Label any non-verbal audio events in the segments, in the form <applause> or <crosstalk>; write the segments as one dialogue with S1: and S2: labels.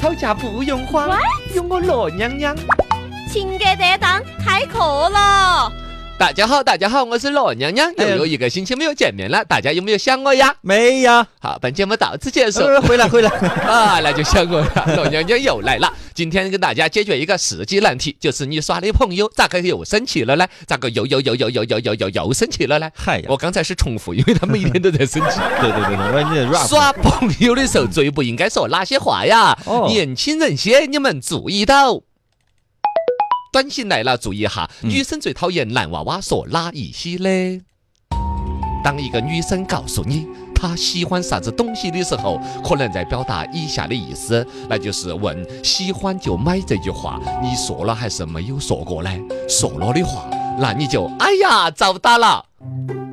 S1: 小家不用慌，有我罗娘娘。
S2: 亲家爹蛋开课了，
S1: 大家好，大家好，我是罗娘娘，
S3: 哎
S1: 又
S3: 呀
S1: 有一个星期没有见面了，大家有没有想我呀？
S3: 没呀，
S1: 好，本节目到此结束
S3: 呃回来回来，
S1: <laughs> 啊，那就想我
S3: <laughs>
S1: 了，罗娘娘又来了。今天跟大家解决一个实际难题，就是你耍的朋友咋个又生气了呢？咋个又又又又又又又又又生气了呢？
S3: 嗨呀，
S1: 我刚才是重复，因为他每天都在生气。
S3: 对对对对，我说你这 rap
S1: 耍朋友的时候最不应该说哪些话呀？
S3: 哦
S1: 年轻人些，你们注意到。短信来了，注意哈，女生最讨厌男娃娃说哪一些呢？当一个女生告诉你她喜欢啥子东西的时候，可能在表达以下的意思，那就是问“喜欢就买”这句话，你说了还是没有说过呢？说了的话，那你就哎呀遭打了，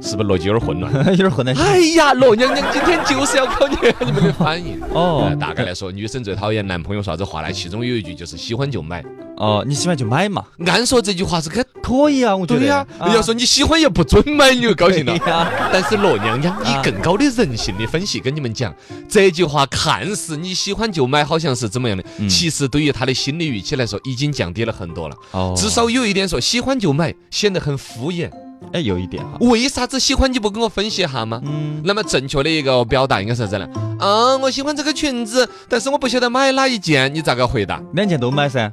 S1: 是不是逻辑有点混乱？
S3: 有点混在一起
S1: 哎呀，罗娘娘今天就是要考你你们的反应。
S3: 哦
S1: 呃大概来说，女生最讨厌男朋友说啥子话呢？其中有一句就是喜欢就买。
S3: 哦，你喜欢就买嘛，
S1: 按说这句话是该
S3: 可以啊，我觉得
S1: 对呀、要说你喜欢也不准买，你就高兴了。
S3: 对呀
S1: <laughs> 但是罗娘娘
S3: 啊
S1: 以更高的人性的分析跟你们讲，这句话看似你喜欢就买，好像是怎么样的，
S3: 嗯
S1: 其实对于她的心理预期来说已经降低了很多了。
S3: 哦，
S1: 至少有一点说喜欢就买显得很敷衍。
S3: 哎有一点哈，
S1: 为啥子喜欢你不跟我分析一下吗？
S3: 嗯，
S1: 那么正确的一个表达应该是啥子呢？啊，我喜欢这个裙子，但是我不晓得买哪一件，你咋个回答？
S3: 两件都买噻，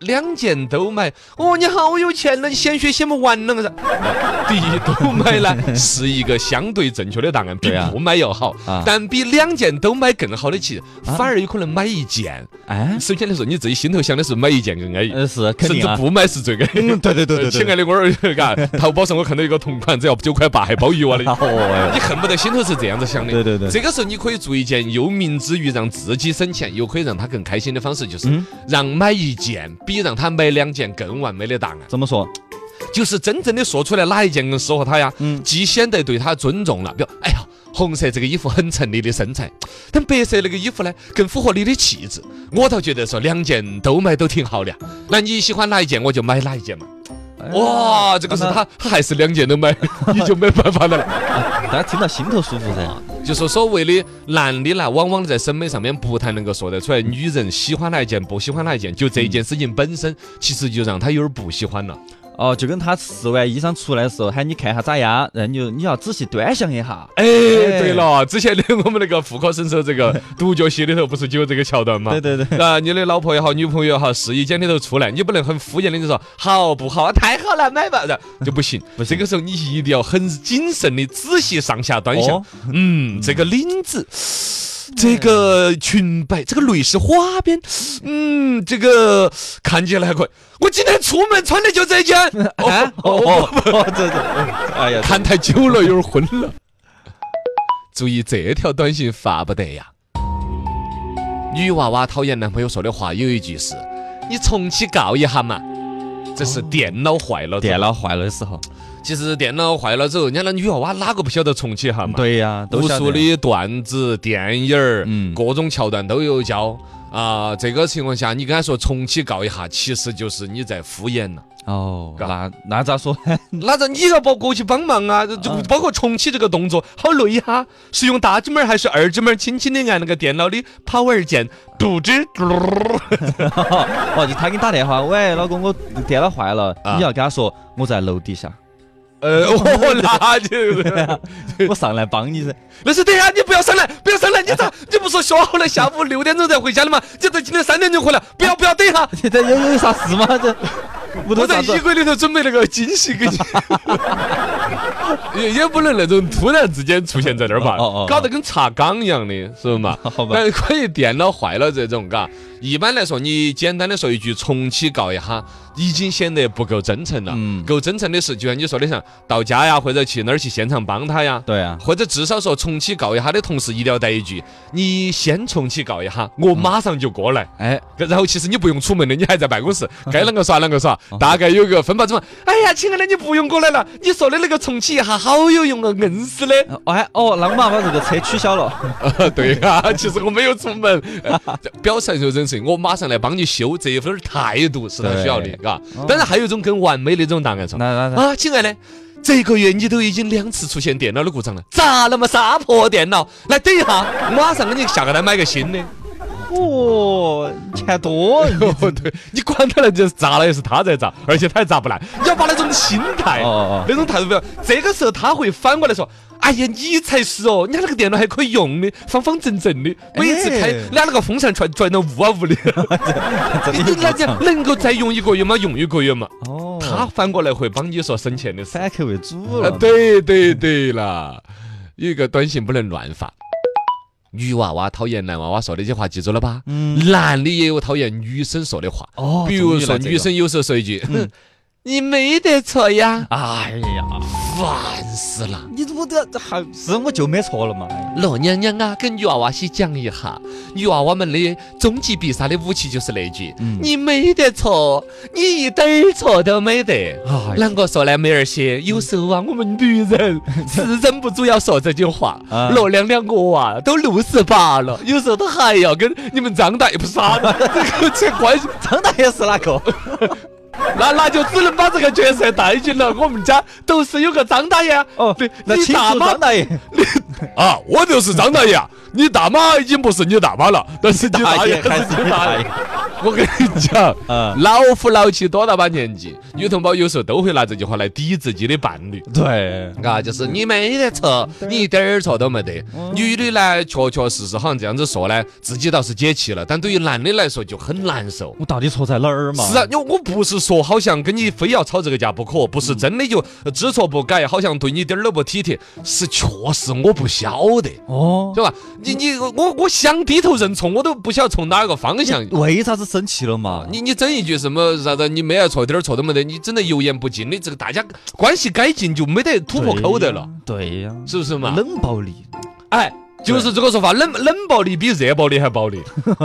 S1: 两件都买，哦，你好有钱了，你显学显不完了噻。 <laughs> 第一都买
S3: <laughs>
S1: 呢，是一个相对正确的答案，比
S3: 对啊
S1: 不买要好。
S3: 啊
S1: 但比两件都买更好的，其实
S3: 啊
S1: 反而有可能买一件。
S3: 哎，
S1: 首先来说，你自己心头想的是买一件更安逸，
S3: 呃是肯
S1: 甚
S3: 定
S1: 至
S3: 啊，
S1: 不买是最安逸。
S3: 嗯 <laughs> 对对对对对，
S1: 亲爱的，我儿， <laughs> 嘎，淘宝上我看到一个同款，只要九块八，还包邮啊的。
S3: <laughs> 哦哎呦
S1: 你恨不得心头是这样子想的。
S3: 对对对
S1: 这个时候你可以做一件又明之于让自己省钱，又可以让他更开心的方式，就是
S3: 嗯
S1: 让买一件比让他买两件更完美的答案，
S3: 怎么说？
S1: 就是真正的说出来哪一件更适合他呀，
S3: 嗯，
S1: 既显得对他尊重了，比如，哎呀。红色这个衣服很衬你的身材，但白色那个衣服呢更符合你的气质。我倒觉得说两件都买都挺好的呀，那你喜欢哪一件我就买哪一件嘛。
S3: 哎呀
S1: 哇，这个是
S3: 那
S1: 他，他还是两件都买，
S3: <laughs>
S1: 你就没办法的了。
S3: 大家听到心头舒服噻，
S1: 就说所谓的男的呢，往往在审美上面不太能够说得出来，女人喜欢哪一件，不喜欢哪一件，就这一件事情本身，其实就让他有点不喜欢了。
S3: 哦，就跟他试完衣裳出来的时候喊你看一下咋样，然后你就你要仔细端详一下，
S1: 哎，对了，之前的我们那个妇科生手这个独角戏里头不是就有这个桥段吗？
S3: 对对对，
S1: <laughs> 啊，你的老婆也好，女朋友也好，试衣间里头出来，你不能很敷衍的就说好不好啊，太好了，买吧，然后就不行。
S3: 不
S1: 这
S3: 行
S1: 个时候你一定要很谨慎的仔细上下端详
S3: 哦，哎
S1: 嗯，这个领子。这个裙摆，这个蕾丝花边，嗯，这个看起来还可以。我今天出门穿的就这
S3: <laughs>
S1: 件，
S3: 啊
S1: 哦，
S3: 哦哦哦，这这，哎呀，
S1: 看太久了，有点昏了。注意这条短信发不得呀！女娃娃讨厌男朋友说的话有一句是：“你重启告一下嘛。”这是电脑坏了。
S3: 电。脑坏了的时候，
S1: 其实电脑坏了之后，人家那女娃娃哪个不晓得重启一下嘛？
S3: 对呀，都
S1: 无
S3: 晓
S1: 数
S3: 得，
S1: 的段子、电影儿，
S3: 嗯
S1: 各种桥段都有教啊、这个情况下，你跟他说重启告一下，其实就是你在敷衍了。
S3: 哦，
S1: 嘎
S3: 那那咋说？ <laughs>
S1: 那让你要包过去帮忙啊，就
S3: 啊
S1: 包括重启这个动作，好累哈、是用大指拇儿还是二指拇儿轻轻的按那个电脑的 power 键，嘟吱嘟。
S3: 哦，就他给你打电话，喂，老公，我电脑坏了，
S1: 啊
S3: 你要跟他说我在楼底 <laughs> 下，
S1: 呃，哦，那就
S3: 我上来帮你噻。 <laughs>
S1: 那是对呀，你不要上来，不要上来，你咋你不说学好了下午六点钟才回家的嘛？你到今天三点钟回来，不要不要，等一下，
S3: 这这有有啥事吗？ <laughs> 这屋头
S1: 我在
S3: 啥子
S1: 衣？柜里头准备了个惊喜给你，也 <laughs> 也不能那种突然之间出现在那儿吧
S3: 哦哦哦，
S1: 搞得跟查岗一样的，是不 <laughs> 嘛？
S3: 好吧
S1: 但，是关于电脑坏了这种，嘎，一般来说，你简单的说一句重启告一下，已经显得不够真诚了。
S3: 嗯
S1: 够真诚的是，就像你说的像到家呀，或者去哪儿去现场帮他呀。
S3: 对啊，
S1: 或者至少说重启告一下的同时，一定要带一句：“你先重启告一下，我马上就过来。
S3: 哎，
S1: 然后其实你不用出门的，你还在办公
S3: <laughs>
S1: 室，该啷个耍啷个耍，
S3: 哦
S1: 大概有个分吧。怎么？哎呀，亲爱的，你不用过来了，你说的那个重启一下好有用啊，硬
S3: <laughs>
S1: 死的。
S3: 哎哦，那我妈把这个车取消了。
S1: 对啊，其实我没有出门， <laughs> 呃表示就真是我马上来帮你修，这一份态度是他需要的，
S3: 对
S1: 嘎
S3: 哦。
S1: 当然还有一种更完美的一种答案说，
S3: <laughs> 那那那，
S1: 啊，亲爱的。这个月你都已经两次出现电脑的故障了，咋那么杀破电脑？来等一下，马上给你下个单买个新的。
S3: 哦，钱多， <laughs> 你
S1: <laughs> 哦，对你管他来就是炸了，也是他在炸，而且他还炸
S3: <laughs>
S1: 不来。你要把那种心态，
S3: 哦哦
S1: 那种态度表，这个时候他会反过来说：“哎呀，你才是哦，你家那个电脑还可以用的，方方正正的，每次开
S3: 哎
S1: 拿那个风扇转转到雾啊
S3: <laughs>
S1: 雾的，你你那家能够再用一个月吗？用一个月嘛。”
S3: 哦，
S1: 他反过来会帮你说省钱的事。
S3: 反客为主
S1: 啊
S3: 了，，
S1: 对对对啦，有一个短信不能乱发。女娃娃讨厌男娃娃说那些话，记住了吧？
S3: 嗯
S1: 男的也有讨厌女生说的话，
S3: 哦，
S1: 比如
S3: 终于
S1: 说
S3: 来这个
S1: 女，生有时候说一句：“哼
S3: 嗯，
S1: <laughs> 你没得错呀
S3: 哎呀，！”
S1: 烦死了。
S3: 你我这这还是我就没错了嘛，
S1: 罗娘娘啊，跟女娃娃些讲一下，女娃娃们的终极必杀的武器就是那句：“
S3: 嗯
S1: 你没得错，你一点儿错都没得。”
S3: 哎呀
S1: 啷个说呢，妹儿些？有时候啊，我们女
S3: <laughs>
S1: 人是忍不住要说这句话。
S3: 啊
S1: 罗娘娘我啊，都六十八了，有时候她还要跟你们张大爷不是啥
S3: <laughs>
S1: 子这个这关系，
S3: <laughs> 张大爷是哪个？
S1: 那那就只能把这个角色带进了我们家，都是有个张大爷啊。
S3: <laughs> 哦，
S1: 对
S3: 那
S1: 你
S3: 请
S1: 打
S3: 出
S1: 吧
S3: 张大 <laughs> 爷，
S1: 啊，我就是张大爷啊，你大妈已经不是你大妈了，但是你大爷还
S3: 还
S1: 是
S3: 是
S1: 你
S3: 你
S1: 大
S3: 大
S1: 爷
S3: 爷。
S1: 我跟你讲，
S3: 啊？
S1: <laughs> 老夫老妻多大把年纪，女同胞有时候都会拿这句话来抵自己的伴侣。
S3: 对，
S1: 啊，就是你没得错，你一点儿错都没得。
S3: 嗯
S1: 女的呢，确确实实好像这样子说呢，自己倒是解气了，但对于男的来说就很难受。
S3: 我到底错在哪儿嘛？
S1: 是啊，因为我不是说好像跟你非要吵这个架不可，不是真的就呃知错不改，好像对你一点儿都不体贴，是确实我不晓得，
S3: 哦，
S1: 对吧？你你我我想低头认错，我都不晓得从哪个方向。
S3: 为啥子生气了嘛？
S1: 哦你你整一句什么啥子，你没有错，点儿错都没得，你整得油盐不进的，这个大家关系改进就没得突破口的了，
S3: 对呀，
S1: 是不是嘛？
S3: 冷暴力，
S1: 哎，就是这个说法，冷冷暴力比热暴力还
S3: <laughs>
S1: 暴力，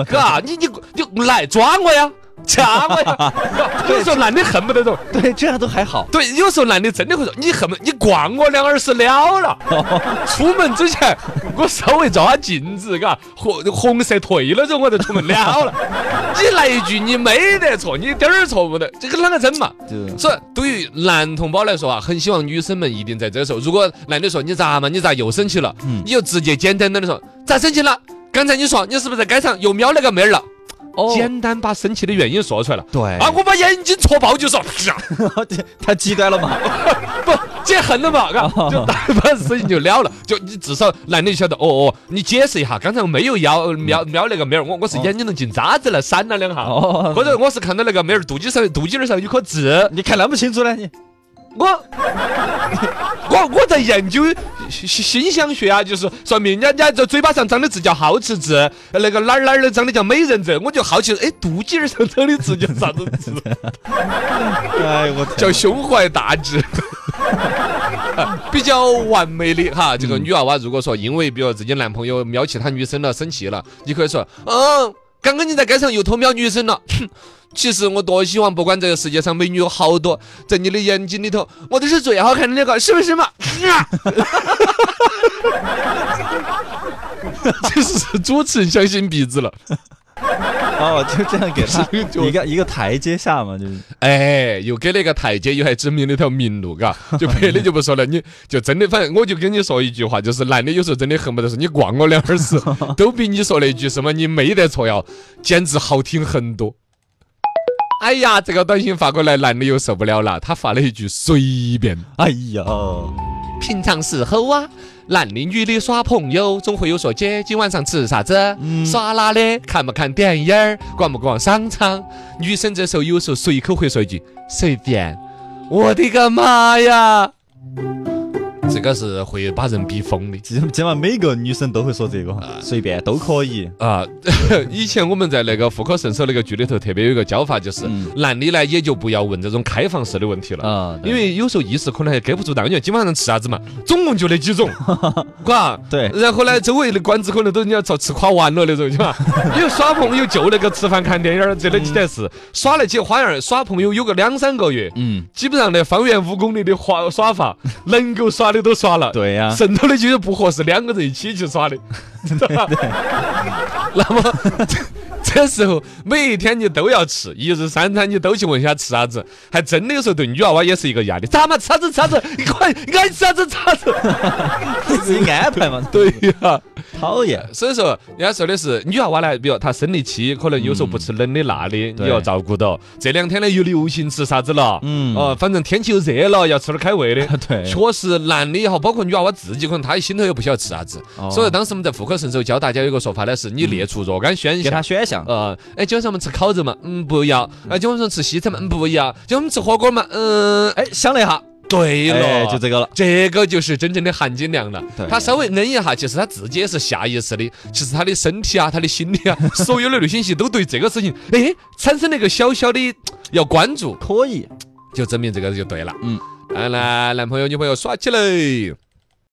S1: 嘎，你你你来抓我呀，掐我呀！
S3: <laughs>
S1: 有时候男的恨不得这种，
S3: 对，这样都还好。
S1: 对，有时候男的真的会说，你恨不得你逛我两耳屎了了。
S3: 哦
S1: 出门之前，我稍微照下镜子，嘎，红红色褪了之后，我就出门了了。你来一句，你没得错，你一点儿错误的，这个啷个整嘛？
S3: 就
S1: 所以对于男同胞来说啊，很希望女生们一定在这个时候，如果男的说你咋嘛，你咋又生气了，
S3: 嗯
S1: 你就直接简单的说咋生气了？刚才你说你是不是在街上又瞄那个妹儿了？
S3: 哦哎
S1: 简单把生气的原因说出来了。
S3: 对 <laughs>
S1: 啊，我把眼睛戳爆就说，啪
S3: 这太极端
S1: <laughs>
S3: 了嘛？
S1: 不解恨了嘛，嘎，就大把事情就了了，就你至少男的就晓得，哦哦，你解释一下，刚才我没有瞄瞄瞄那个妹儿，我我是眼睛能进渣子了，闪了两下，
S3: 哦
S1: 或者我是看到那个妹儿肚脐上肚脐眼上有颗痣，
S3: 你看那么清楚呢？你
S1: 我 <laughs> 我我在研究心心象学啊，就是说明人家这嘴巴上长的痣叫好齿痣，那个哪儿哪儿的长的叫美人痣，我就好奇，哎，肚脐儿上长的痣叫啥子痣？
S3: 哎，我
S1: <laughs> 叫胸怀大志。 <laughs> 比较完美的哈，这个女娃娃如果说因为比如自己男朋友瞄其他女生了生气了，你可以说，嗯，刚刚你在街上又偷瞄女生了。哼其实我多希望，不管这个世界上美女有好多，在你的眼睛里头，我都是最好看的那个，是不是嘛？啊 <laughs> 这是主持人相信鼻子了。
S3: 哦， <laughs> 就这样给他
S1: 就
S3: 一个一个台阶下嘛，就是
S1: 哎，又给那个台阶，又还指明了条明路，嘎，就别的就不说了，你就真的，反正我就跟你说一句话，就是男的有时候真的恨不得是你逛我两耳屎，都比你说那句什么你没得错要，简直好听很多。哎呀，这个短信发过来，男的又受不了了，他发了一句随便。
S3: 哎呀，
S1: 平常时候啊，男的女的耍朋友，总会有说姐今晚上吃啥子，耍哪的，看不看电影儿，逛不逛商场。女生这时候有时候随口会说一句随便，我的个妈呀！这个是会把人逼疯的
S3: 今今晚每个女生都会说这个，随便都可以。
S1: 啊！ <laughs> 以前我们在那个《妇科圣手》那个剧里头，特别有一个教法，就是
S3: 嗯
S1: 男的呢也就不要问这种开放式的问题了。
S3: 啊，
S1: 因为有时候一时可能还跟不住当，因为今晚上吃啥子嘛，总共就那几种，
S3: <laughs>
S1: 嘎。
S3: 对
S1: 然后呢，周围的馆子可能都人家遭吃垮完了那种，是吧？ <laughs> 因为耍朋友就那个吃饭看电影儿这那
S3: 嗯
S1: 几件事，耍那几个花样儿，耍朋友有个两三个月，
S3: 嗯，
S1: 基本上那方圆五公里的花耍法，能够耍的都耍了。。
S3: 对呀，
S1: 剩头的就是不合适，两个人一起去耍的。 <laughs> 那么 <laughs> 这这时候每一天你都要吃，一日三餐你都去问一下吃啥子，还真的有时候对女娃娃也是一个压力。咋嘛吃啥子 <laughs> 吃啥子，你快爱吃啥子吃啥子。 <laughs>
S3: 自己安排嘛。
S1: 哎对呀、
S3: 讨厌。
S1: 所以说，人家说的是女娃娃呢，比如她生理期可能有时候不吃冷的辣的，
S3: 嗯对
S1: 你要照顾到。这两天呢又流行吃啥子了？
S3: 嗯
S1: 哦，反正天气又热了，要吃点开胃的。
S3: <laughs> 对
S1: 确实男的也好，包括女娃娃自己，可能她心头也不晓得吃啥子。
S3: 哦
S1: 所以当时我们在妇科神手教大家有一个说法呢，是你列出若干选
S3: 给他
S1: 项。
S3: 选项，
S1: 呃，哎，今晚上我们吃烤肉嘛，嗯，不要。哎，今晚上吃西餐嘛，嗯，不要。今晚我们吃火锅嘛，嗯，哎，
S3: 哎，想了一下，
S1: 对
S3: 哎，
S1: 了，
S3: 就这个了。
S1: 这个就是真正的含金量了
S3: 对。
S1: 他稍微摁一下，其实他自己也是下意识的，其实他的身体啊，他的心理啊， <laughs> 所有的内信息都对这个事情，哎，产生了一个小小的要关注，
S3: 可以，
S1: 就证明这个就对了。
S3: 嗯
S1: 嗯，当然啦，男朋友女朋友耍起来，